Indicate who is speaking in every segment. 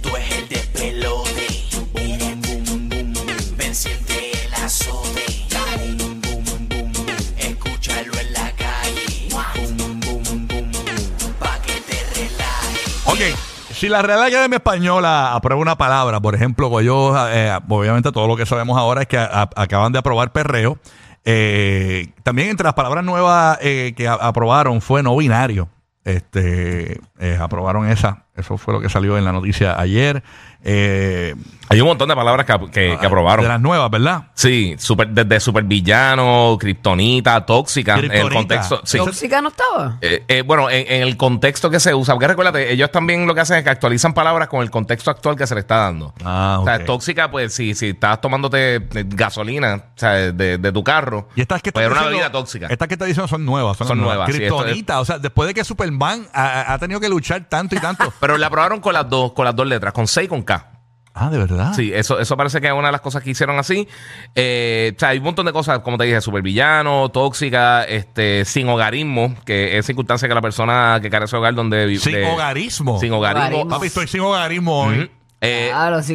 Speaker 1: Tú es el despelote. Boom, boom, boom, boom, boom. Ven, siente el azote. Dale. Boom, boom, boom, boom, boom. Escúchalo en la calle. Boom, boom, boom, boom, boom. Pa' que te relajes.
Speaker 2: Ok. Si la Real Academia Española aprueba una palabra, por ejemplo, pues yo, eh, obviamente todo lo que sabemos ahora es que a- acaban de aprobar perreo. Eh, también entre las palabras nuevas eh, que a- aprobaron fue no binario. Este, eh, aprobaron esa. Eso fue lo que salió en la noticia ayer. Eh,
Speaker 3: Hay un montón de palabras que, que- que aprobaron.
Speaker 2: Ah, De las nuevas, ¿verdad?
Speaker 3: Sí, super, desde supervillano, kriptonita, tóxica. En el
Speaker 2: Kriptonita.
Speaker 3: contexto. sí.
Speaker 4: ¿Tóxica no estaba?
Speaker 3: Eh, eh, bueno, en, en el contexto que se usa, porque recuérdate, ellos también lo que hacen es que actualizan palabras con el contexto actual que se le está dando.
Speaker 2: Ah,
Speaker 3: O sea,
Speaker 2: ok.
Speaker 3: tóxica, pues si, si estás tomándote eh, gasolina o sea, de, de tu carro,
Speaker 2: Y estas que
Speaker 3: pues
Speaker 2: están
Speaker 3: era una
Speaker 2: diciendo-
Speaker 3: bebida tóxica.
Speaker 2: Estas que te dicen son nuevas. Son,
Speaker 3: Son nuevas, sí, esto es-
Speaker 2: Kryptonita, o sea, después de que Superman ha, ha tenido que luchar tanto y tanto.
Speaker 3: Pero la aprobaron con las dos, con las dos letras, con C y con K.
Speaker 2: ah, de verdad.
Speaker 3: Sí, eso, eso parece que es una de las cosas que hicieron así. Eh, o sea, hay un montón de cosas, como te dije, supervillano, tóxica, este, sin hogarismo, que es circunstancia que la persona que carece de hogar donde vive.
Speaker 2: Sin hogarismo.
Speaker 3: Sin hogarismo.
Speaker 4: Hogarismo. Ah,
Speaker 2: Papi, estoy sin hogarismo hoy.
Speaker 3: Ujú. Eh,
Speaker 4: Claro, sí,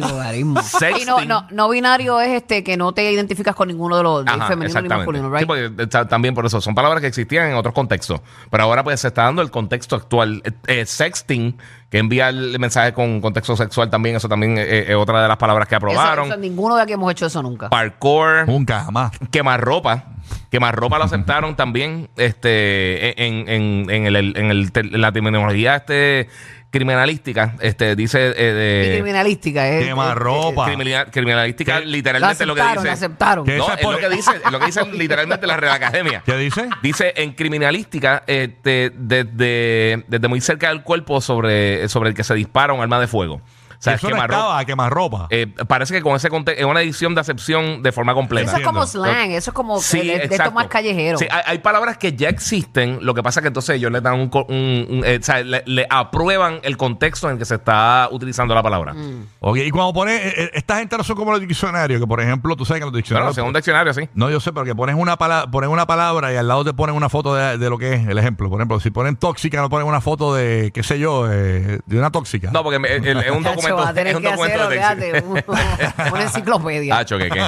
Speaker 4: hogarismo.
Speaker 3: sexting.
Speaker 4: Y no, no, no binario es este que no te identificas con ninguno de los ni
Speaker 3: Ajá,
Speaker 4: femenino ni
Speaker 3: exactamente.
Speaker 4: masculino,
Speaker 3: Sí,
Speaker 4: right?
Speaker 3: porque, eh, ta- también por eso son palabras que existían en otros contextos. Pero ahora pues se está dando el contexto actual. Eh, eh, sexting, que envía el mensaje con contexto sexual también, eso también eh, es otra de las palabras que
Speaker 4: Eso-
Speaker 3: aprobaron.
Speaker 4: eso- ninguno de aquí hemos hecho eso nunca.
Speaker 3: Parkour,
Speaker 2: Nunca, jamás.
Speaker 3: quemarropa. Quemarropa lo aceptaron también este, en, en- en el- en el- en la terminología este, criminalística. Este, dice eh, de-
Speaker 4: Y criminalística es.
Speaker 2: Quemarropa.
Speaker 3: criminal- criminalística,
Speaker 2: ¿Qué?
Speaker 4: Lo
Speaker 3: literalmente lo que
Speaker 4: aceptaron, lo
Speaker 3: dice.
Speaker 4: aceptaron.
Speaker 2: ¿Qué?
Speaker 3: No,
Speaker 2: Esa
Speaker 3: es lo
Speaker 2: por-
Speaker 3: que dice, es lo que dice literalmente la Real Academia.
Speaker 2: ¿Qué dice?
Speaker 3: Dice, en criminalística, este, desde, desde muy cerca del cuerpo sobre, sobre el que se dispara un arma de fuego. O sea, es
Speaker 2: Eso no
Speaker 3: quemarropa.
Speaker 2: estaba, quemarropa.
Speaker 3: Eh, parece que con ese contexto es una edición de acepción de forma completa.
Speaker 4: Eso es como
Speaker 2: Entiendo.
Speaker 4: slang, eso es como
Speaker 3: Sí,
Speaker 4: de- de,
Speaker 3: exacto.
Speaker 4: esto más callejero.
Speaker 3: Sí, hay, hay palabras que ya existen, lo que pasa que entonces ellos le dan un... co- un- un- eh, o sea, le, le aprueban el contexto en el que se está utilizando la palabra.
Speaker 4: Mm.
Speaker 2: Ok, y cuando pones, eh, eh, esta gente no son como los diccionarios, que por ejemplo, tú sabes que los
Speaker 3: Claro,
Speaker 2: diccionarios...
Speaker 3: según un diccionario, sí.
Speaker 2: No, yo sé, pero que pones una, pala- pones una palabra y al lado te ponen una foto de, de lo que es, el ejemplo. Por ejemplo, si ponen tóxica, no ponen una foto de, qué sé yo, eh, de una tóxica.
Speaker 3: No, porque me- el- el- es un
Speaker 4: Chacho, vas
Speaker 3: documento,
Speaker 4: a tener
Speaker 3: es un
Speaker 4: que
Speaker 3: documento
Speaker 4: hacerlo,
Speaker 3: de Ah, texto.
Speaker 4: fíjate, un- una enciclopedia.
Speaker 3: Tacho, que qué.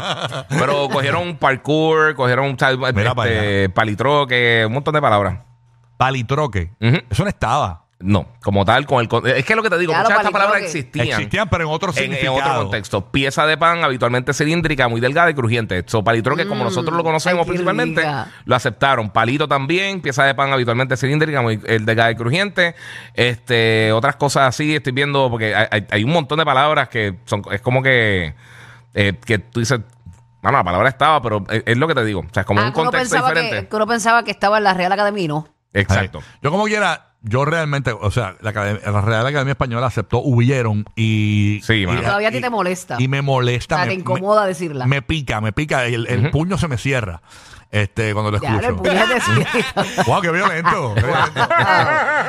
Speaker 3: Pero cogieron un parkour, cogieron un tal-
Speaker 2: Mira para
Speaker 3: este, palitroque, un montón de palabras.
Speaker 2: Palitroque.
Speaker 3: Ujú.
Speaker 2: Eso no estaba.
Speaker 3: No, como tal, con el con- es que lo que te digo,
Speaker 4: Claro,
Speaker 3: muchas de estas palabras
Speaker 4: palitroque.
Speaker 3: existían.
Speaker 2: Existían, pero en otro
Speaker 3: En, en
Speaker 2: significado.
Speaker 3: otro contexto, pieza de pan habitualmente cilíndrica, muy delgada y crujiente. So, palitroque, como
Speaker 4: Mm,
Speaker 3: nosotros lo conocemos
Speaker 4: ay, qué
Speaker 3: principalmente,
Speaker 4: rica.
Speaker 3: lo aceptaron. Palito también, pieza de pan habitualmente cilíndrica, muy eh, delgada y crujiente. Este, otras cosas así, estoy viendo, porque hay, hay- hay un montón de palabras que son, es como que, eh, que tú dices, bueno, la palabra estaba, pero eh, es, es lo que te digo. O sea, es como
Speaker 4: Ah,
Speaker 3: un
Speaker 4: que uno
Speaker 3: contexto
Speaker 4: pensaba
Speaker 3: diferente.
Speaker 4: que, que uno pensaba que estaba en la Real Academia y no.
Speaker 2: Ay,
Speaker 3: Exacto.
Speaker 2: Yo como quiera, yo realmente, o sea, la, academia- la Real Academia Española aceptó, hubieron y...
Speaker 3: Sí,
Speaker 2: y-
Speaker 3: mano.
Speaker 4: Todavía a ti
Speaker 2: y-
Speaker 4: te molesta.
Speaker 2: Y me molesta.
Speaker 4: O sea,
Speaker 2: me-
Speaker 4: te incomoda decirla.
Speaker 2: Me, me pica, me pica. El, el puño se me cierra este, cuando lo
Speaker 4: Ya, pues,
Speaker 2: escucho.
Speaker 4: el puñete sí.
Speaker 2: wow, qué violento. qué violento.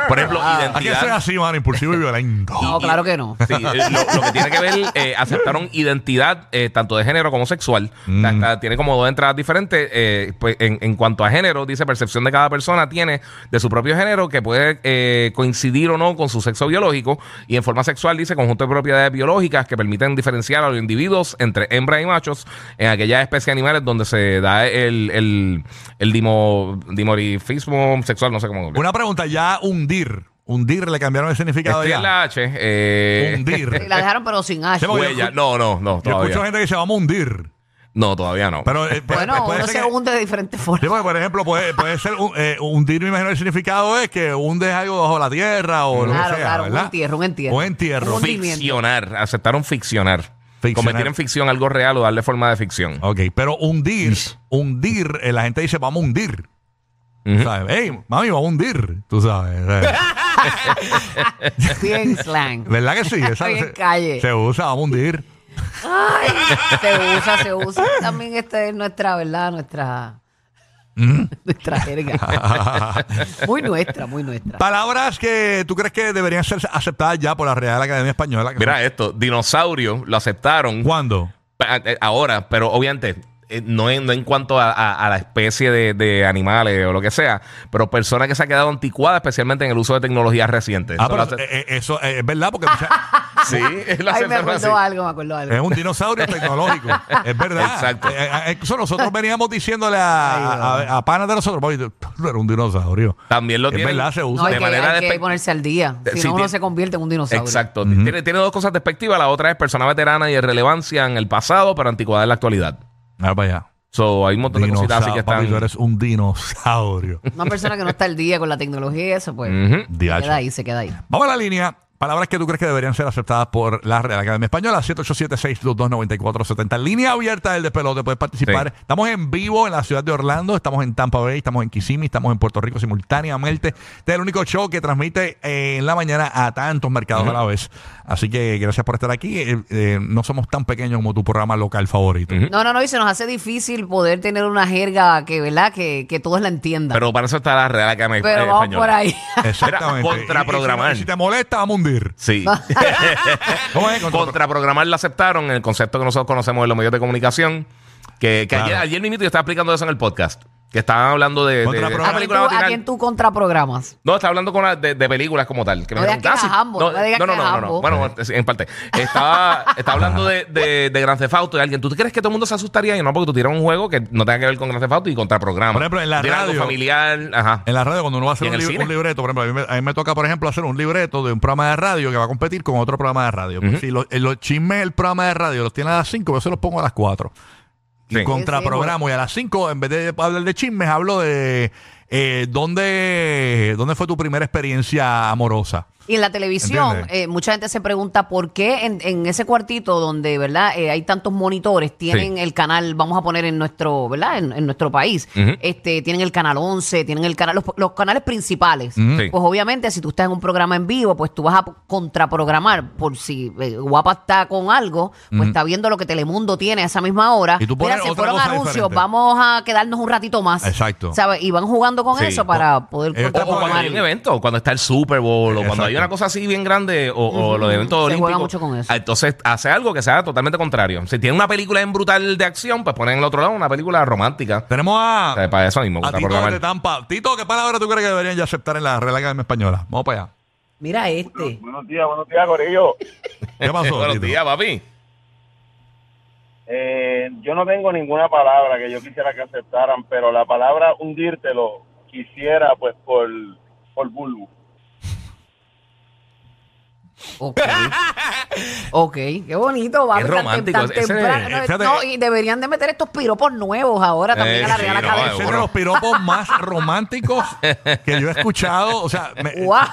Speaker 3: Por ejemplo,
Speaker 2: Hay que ser
Speaker 3: identidad.
Speaker 2: así, mano, impulsivo y violento.
Speaker 4: No, claro que no.
Speaker 3: Sí, eh, lo, lo que tiene que ver, eh, aceptaron identidad eh, tanto de género como sexual.
Speaker 2: Mm.
Speaker 3: O sea, está- tiene como dos entradas diferentes. eh, pues, en, en cuanto a género, dice percepción de cada persona tiene de su propio género que puede eh, coincidir o no con su sexo biológico. Y en forma sexual dice conjunto de propiedades biológicas que permiten diferenciar a los individuos entre hembras y machos en aquellas especies de animales donde se da el, el, el dimo- dimorfismo sexual, no sé cómo.
Speaker 2: Una pregunta, ya hundir. Hundir, le cambiaron el significado
Speaker 3: Estoy en
Speaker 2: ya.
Speaker 3: la H. eh,
Speaker 4: Y
Speaker 2: Hundir.
Speaker 4: La dejaron pero sin H.
Speaker 2: Yo
Speaker 3: huella. No, no, no.
Speaker 2: Yo
Speaker 3: todavía.
Speaker 2: escucho gente que se vamos a hundir.
Speaker 3: No, todavía no.
Speaker 2: Pero, eh, puede-
Speaker 4: Bueno,
Speaker 2: puede
Speaker 4: uno
Speaker 2: ser
Speaker 4: se
Speaker 2: que-
Speaker 4: hunde de diferentes
Speaker 2: Sí,
Speaker 4: formas.
Speaker 2: porque, por ejemplo, puede, puede ser un- eh, hundir, me imagino el significado es que hundes algo bajo la tierra o lo que
Speaker 4: Claro,
Speaker 2: sea,
Speaker 4: claro, un
Speaker 2: ¿verdad?
Speaker 4: entierro, un entierro.
Speaker 2: Un entierro.
Speaker 4: Un- hundimiento.
Speaker 3: ficcionar. Aceptaron ficcionar.
Speaker 2: Ficcionar.
Speaker 3: Convertir en ficción algo real o darle forma de ficción.
Speaker 2: Ok, pero hundir, hundir, eh, la gente dice, vamos a hundir.
Speaker 3: Ujú.
Speaker 2: ¿Sabes? eh, Ey, mami, vamos a hundir, tú sabes. ¿sabes?
Speaker 4: Bien slang.
Speaker 2: ¿Verdad que sí? Esa
Speaker 4: Estoy en
Speaker 2: se,
Speaker 4: calle.
Speaker 2: se usa, vamos a hundir.
Speaker 4: Ay, se usa, se usa. También esta es nuestra, ¿verdad? Nuestra.
Speaker 3: Mm.
Speaker 4: Nuestra jerga. muy nuestra, muy nuestra.
Speaker 2: Palabras que tú crees que deberían ser aceptadas ya por la Real Academia Española.
Speaker 3: Mira esto, dinosaurio, lo aceptaron
Speaker 2: ¿Cuándo?
Speaker 3: pa- eh, ahora, pero obviamente eh, no en, no en cuanto a, a- a la especie de, de animales o lo que sea, pero personas que se han quedado anticuadas, especialmente en el uso de tecnologías recientes.
Speaker 2: Ah,
Speaker 3: Eso lo
Speaker 2: pero
Speaker 3: ace-
Speaker 2: eh, eh, eso eh, es verdad, porque mucha-
Speaker 3: sí, lo
Speaker 4: Ay, me
Speaker 3: aceptaron así.
Speaker 4: acuerdo algo, me acuerdo algo.
Speaker 2: es un dinosaurio tecnológico. Es verdad.
Speaker 3: Exacto.
Speaker 2: Eh, eh, eso nosotros veníamos diciéndole a, a, a- a panas de nosotros, "Oye, tú tú eres un dinosaurio.
Speaker 3: También lo
Speaker 2: es
Speaker 3: tienen.
Speaker 2: verdad, se
Speaker 4: No,
Speaker 2: usa.
Speaker 4: hay,
Speaker 3: de
Speaker 4: que,
Speaker 3: manera
Speaker 4: hay que
Speaker 3: despe-
Speaker 4: ponerse al día. Si
Speaker 3: Sí,
Speaker 4: no, uno
Speaker 3: tiene-
Speaker 4: se convierte en un dinosaurio.
Speaker 3: Exacto. tiene, tiene dos cosas despectivas. La otra es persona veterana y de relevancia en el pasado, pero anticuada en la actualidad.
Speaker 2: Ah, vaya.
Speaker 3: So, hay un montón de cositas así que
Speaker 2: Dinosaurio. Papi, tú
Speaker 3: están.
Speaker 2: eres un dinosaurio.
Speaker 4: Una persona que no está al día con la tecnología y eso, pues.
Speaker 3: Ujú.
Speaker 4: Se
Speaker 2: Diacho.
Speaker 4: queda ahí, se queda ahí.
Speaker 3: Mm.
Speaker 2: Vamos a la línea. Palabras que tú crees que deberían ser aceptadas por la Real Academia Española. 787-622-9470. Línea abierta del despelote. Puedes participar. Estamos en vivo en la ciudad de Orlando. Estamos en Tampa Bay. Estamos en Kissimmee. Estamos en Puerto Rico simultáneamente. Este es el único show que transmite eh, en la mañana a tantos mercados a la vez. Así que gracias por estar aquí. Eh, eh, no somos tan pequeños como tu programa local favorito.
Speaker 4: No, no, no, y se nos hace difícil poder tener una jerga que, ¿verdad? Que, que todos la entiendan. Pero,
Speaker 3: Pero para eso está la Real Academia eh,
Speaker 4: vamos
Speaker 3: Española.
Speaker 4: por ahí.
Speaker 2: Exactamente.
Speaker 3: Era contraprogramar.
Speaker 2: Y- y si- y si te molesta, vamos a hundir.
Speaker 3: Sí.
Speaker 2: ¿Cómo es? Contra-
Speaker 3: Contraprogramar la aceptaron en el concepto que nosotros conocemos en los medios de comunicación. Que, que
Speaker 2: Claro.
Speaker 3: ayer, ayer mismo yo estaba explicando eso en el podcast. Que estaban hablando de. de- de,
Speaker 2: Contraprogramar.
Speaker 3: una
Speaker 4: ¿A quién, tú,
Speaker 3: Ah, película
Speaker 4: ¿A
Speaker 3: matinal.
Speaker 4: quién tú contraprogramas?
Speaker 3: No, estaba hablando con la- de, de películas como tal. Que
Speaker 4: No digas
Speaker 3: dijeron,
Speaker 4: que
Speaker 3: "Ah,
Speaker 4: era Hambo,
Speaker 3: No,
Speaker 4: no digas
Speaker 3: no, no,
Speaker 4: que
Speaker 3: no,
Speaker 4: era
Speaker 3: no, no.
Speaker 4: Hambo".
Speaker 3: Bueno, es- en parte. Estaba, estaba hablando de, de, de Grand Theft Auto y alguien. ¿Tú crees que todo el mundo se asustaría? Y no, porque tú tiras un juego que no tenga que ver con Grand Theft Auto y contraprograma.
Speaker 2: Por ejemplo, en la
Speaker 3: Tiras algo
Speaker 2: radio.
Speaker 3: familiar. Ajá.
Speaker 2: En la radio, cuando uno va a hacer
Speaker 3: ¿Y en
Speaker 2: un,
Speaker 3: el
Speaker 2: lib-
Speaker 3: cine?
Speaker 2: un libreto, por ejemplo, a mí, me, a mí me toca, por ejemplo, hacer un libreto de un programa de radio que va a competir con otro programa de radio. Pues Si los, eh, los chismes del programa de radio los tiene a las 5, yo se los pongo a las 4.
Speaker 3: Sí.
Speaker 2: Y contraprogramo. Y a las 5, en vez de hablar de chismes, hablo de eh, dónde, dónde fue tu primera experiencia amorosa.
Speaker 4: Y en la televisión,
Speaker 2: ¿Entiendes?
Speaker 4: eh, mucha gente se pregunta por qué en, en ese cuartito donde, ¿verdad? Eh, hay tantos monitores, tienen el canal, vamos a poner en nuestro, ¿verdad? En, en nuestro país,
Speaker 3: Ujú.
Speaker 4: este, tienen el canal 11, tienen el canal, los, los canales principales.
Speaker 3: Sí.
Speaker 4: Pues obviamente, si tú estás en un programa en vivo, pues tú vas a contraprogramar por si eh, Guapa está con algo, pues está viendo lo que Telemundo tiene a esa misma hora.
Speaker 2: Y tú
Speaker 4: Mira,
Speaker 2: pones
Speaker 4: se
Speaker 2: otra
Speaker 4: fueron
Speaker 2: cosa
Speaker 4: anuncios,
Speaker 2: diferente.
Speaker 4: vamos a quedarnos un ratito más.
Speaker 2: Exacto. Pues,
Speaker 4: ¿sabes? Y van jugando con
Speaker 3: Sí.
Speaker 4: eso para poder
Speaker 2: Ellos
Speaker 3: O, o cuando hay un
Speaker 4: contraprogramar.
Speaker 3: evento, cuando está el Super Bowl, o
Speaker 2: Exacto.
Speaker 3: cuando hay una cosa así bien grande, o, o los eventos
Speaker 4: Se juega
Speaker 3: olímpicos.
Speaker 4: mucho con eso.
Speaker 3: Ah, Entonces hace algo que sea totalmente contrario. Si tiene una película en brutal de acción, pues ponen en el otro lado una película romántica.
Speaker 2: Tenemos
Speaker 3: O sea,
Speaker 2: a,
Speaker 3: para eso mismo,
Speaker 2: a Tito
Speaker 3: contraprogramar.
Speaker 2: de Tampa. Tito, ¿qué palabra tú crees que deberían ya aceptar en la Real Academia Española? Vamos para allá.
Speaker 4: Mira este.
Speaker 5: Buenos días, buenos días, Corillo.
Speaker 2: ¿Qué pasó?
Speaker 3: Buenos
Speaker 2: Tito?
Speaker 3: días, papi.
Speaker 5: Eh, yo no tengo ninguna palabra que yo quisiera que aceptaran, pero la palabra hundírtelo quisiera, pues, por, por bulbo.
Speaker 4: Ok. ok, qué bonito. Va a
Speaker 3: Es
Speaker 4: haber tan
Speaker 3: romántico,
Speaker 4: tem- tan
Speaker 3: ese-
Speaker 4: temprano.
Speaker 2: eh,
Speaker 4: No,
Speaker 2: fíjate-
Speaker 4: no, y deberían de meter estos piropos nuevos ahora también
Speaker 3: Eh,
Speaker 4: a la
Speaker 3: sí,
Speaker 4: Real
Speaker 3: no,
Speaker 4: Academia.
Speaker 2: Ese
Speaker 3: seguro.
Speaker 2: es de los piropos más románticos que yo he escuchado. O sea, me-
Speaker 4: Guau.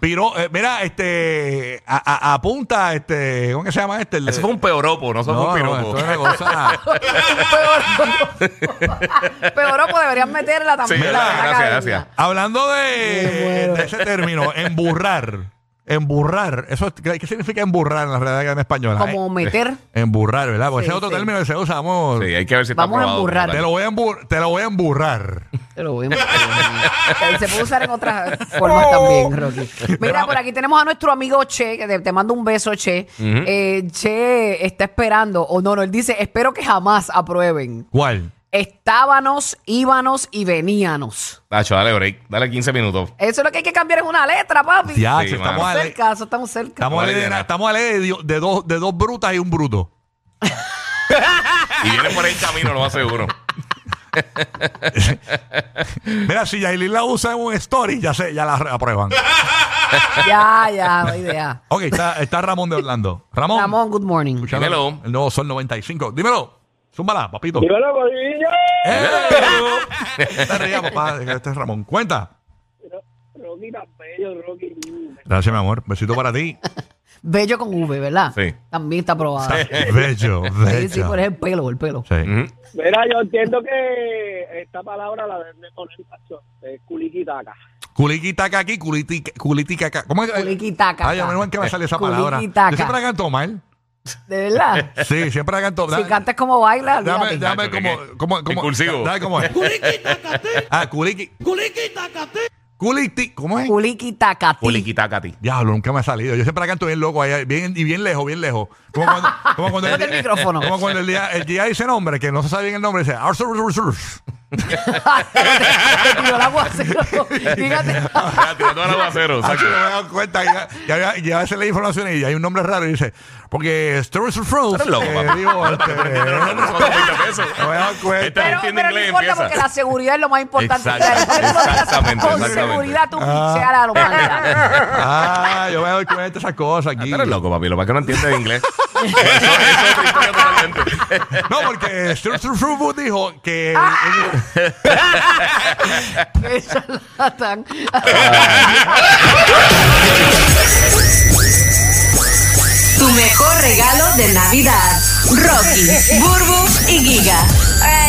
Speaker 2: Piro, eh, mira, este, a, a- apunta, este, ¿cómo que se llama este? El de-
Speaker 3: Eso fue un peoropo, no eso
Speaker 2: no,
Speaker 3: fue un
Speaker 2: no,
Speaker 3: piropo.
Speaker 2: esto es una cosa.
Speaker 4: Peor- Peoropo pues deberían meterla también.
Speaker 3: Sí,
Speaker 4: a la Real
Speaker 3: gracias,
Speaker 4: Academia.
Speaker 3: gracias.
Speaker 2: Hablando de, de ese término, emburrar, emburrar, eso, es- ¿qué, qué significa emburrar en la realidad academia española?
Speaker 4: Como meter.
Speaker 2: Eh, emburrar, ¿verdad? Porque
Speaker 4: Sí,
Speaker 2: ese es otro
Speaker 4: sí.
Speaker 2: término que se usa, amor.
Speaker 3: Sí, hay que ver si está
Speaker 4: Vamos a
Speaker 3: aprobado.
Speaker 4: emburrar.
Speaker 2: Te lo voy a embur- te lo voy a emburrar.
Speaker 4: Pero bueno, pero- se puede usar en otras formas también, Rocky. Mira, por aquí tenemos a nuestro amigo Che, que te, te mando un beso, Che. Eh, che está esperando, o no, no, él dice, espero que jamás aprueben.
Speaker 2: ¿Cuál?
Speaker 4: Estábanos, íbanos y veníanos.
Speaker 3: Nacho, dale break. Dale 15 minutos.
Speaker 4: Eso es lo que hay que cambiar es una letra, papi.
Speaker 2: Ya,
Speaker 3: Sí,
Speaker 2: estamos,
Speaker 3: mano.
Speaker 2: a
Speaker 4: estamos
Speaker 2: la-
Speaker 4: cerca, eso estamos cerca.
Speaker 2: estamos a la-
Speaker 3: Vale,
Speaker 2: estamos a la de, di- de dos, de dos brutas y un bruto.
Speaker 3: Y viene por ahí el camino, lo más seguro.
Speaker 2: Mira, si Yailin la usa en un story, ya sé, ya la re- aprueban.
Speaker 4: Ya, ya, la idea.
Speaker 2: Ok, está, está Ramón de Orlando. Ramón.
Speaker 4: Ramón, good morning.
Speaker 2: Escuchando
Speaker 3: Dímelo.
Speaker 2: El nuevo Sol 95. Dímelo. Zúmbala, papito.
Speaker 5: ¡Dímelo, Corillo!
Speaker 2: ¡Eh! Te rías, papá. Este es Ramón. Cuenta.
Speaker 5: Rocky tan bello, Rocky.
Speaker 2: Gracias, mi amor. Besito para ti.
Speaker 4: Bello con V, ¿verdad?
Speaker 3: Sí.
Speaker 4: También está aprobada.
Speaker 2: Bello,
Speaker 4: Eh. Sí, sí,
Speaker 2: bello.
Speaker 4: pero es el pelo, el pelo.
Speaker 2: Sí.
Speaker 3: Ujú.
Speaker 5: Mira, yo entiendo que esta palabra la deben de poner, macho, es culiquitaca.
Speaker 2: Culiquitaca aquí, culitica, culiticaca. ¿Cómo es?
Speaker 4: Culiquitaca.
Speaker 2: Ay, a mí no me sale esa palabra.
Speaker 4: Culiquitaca.
Speaker 2: Yo siempre la canto mal.
Speaker 4: De verdad.
Speaker 2: Sí, siempre la canto
Speaker 4: si
Speaker 2: da-
Speaker 4: cantas como baila,
Speaker 2: Dame,
Speaker 4: olvídate.
Speaker 2: dame
Speaker 3: Nacho, ¿qué,
Speaker 2: como,
Speaker 3: qué?
Speaker 2: como, como.
Speaker 3: Discursivo.
Speaker 2: Dame como es. Ah, culiqui. Culiti. ¿Cómo es?
Speaker 4: Culiquitacati.
Speaker 3: Culiquitacati.
Speaker 2: Diablo, nunca me ha salido. Yo siempre la canto bien loco, ahí, bien, y bien lejos, bien lejos. Como cuando, como cuando
Speaker 4: Pégate el micrófono.
Speaker 2: Como cuando el día, el día dice nombre, que no se sabe bien el nombre, dice. "Arsur, arsur, arsur".
Speaker 4: Te tiró el aguacero. Fíjate.
Speaker 3: Ah, tirando al aguacero,
Speaker 2: Ah,
Speaker 3: exacto.
Speaker 2: yo me he dado cuenta que ya, ya, había- ya a veces leí información y hay un nombre raro y dice, porque Stir Fruits.
Speaker 3: Eres loco, papá.
Speaker 2: digo, este,
Speaker 3: Pero no, no, son 20 pesos.
Speaker 2: Me he dado cuenta.
Speaker 3: Este
Speaker 4: Pero,
Speaker 3: entiende
Speaker 4: pero no
Speaker 3: inglés,
Speaker 4: importa
Speaker 3: empieza.
Speaker 4: porque la seguridad es lo más importante.
Speaker 3: Exacto,
Speaker 4: O sea, por eso digas,
Speaker 3: exactamente,
Speaker 4: Con
Speaker 3: exactamente.
Speaker 4: seguridad tú
Speaker 2: Ah.
Speaker 4: picheas a la humanidad.
Speaker 2: Ah, yo me he dado cuenta de esas cosas aquí.
Speaker 3: Tú eres loco, papi. Lo más que no entiendes de inglés. eso, eso es otra historia totalmente.
Speaker 2: No, porque Stir Fruits dijo que.
Speaker 3: Ah.
Speaker 4: Qué charlatán.
Speaker 6: Tu mejor regalo de Navidad. Rocky, Burbu y Giga.
Speaker 4: Ay,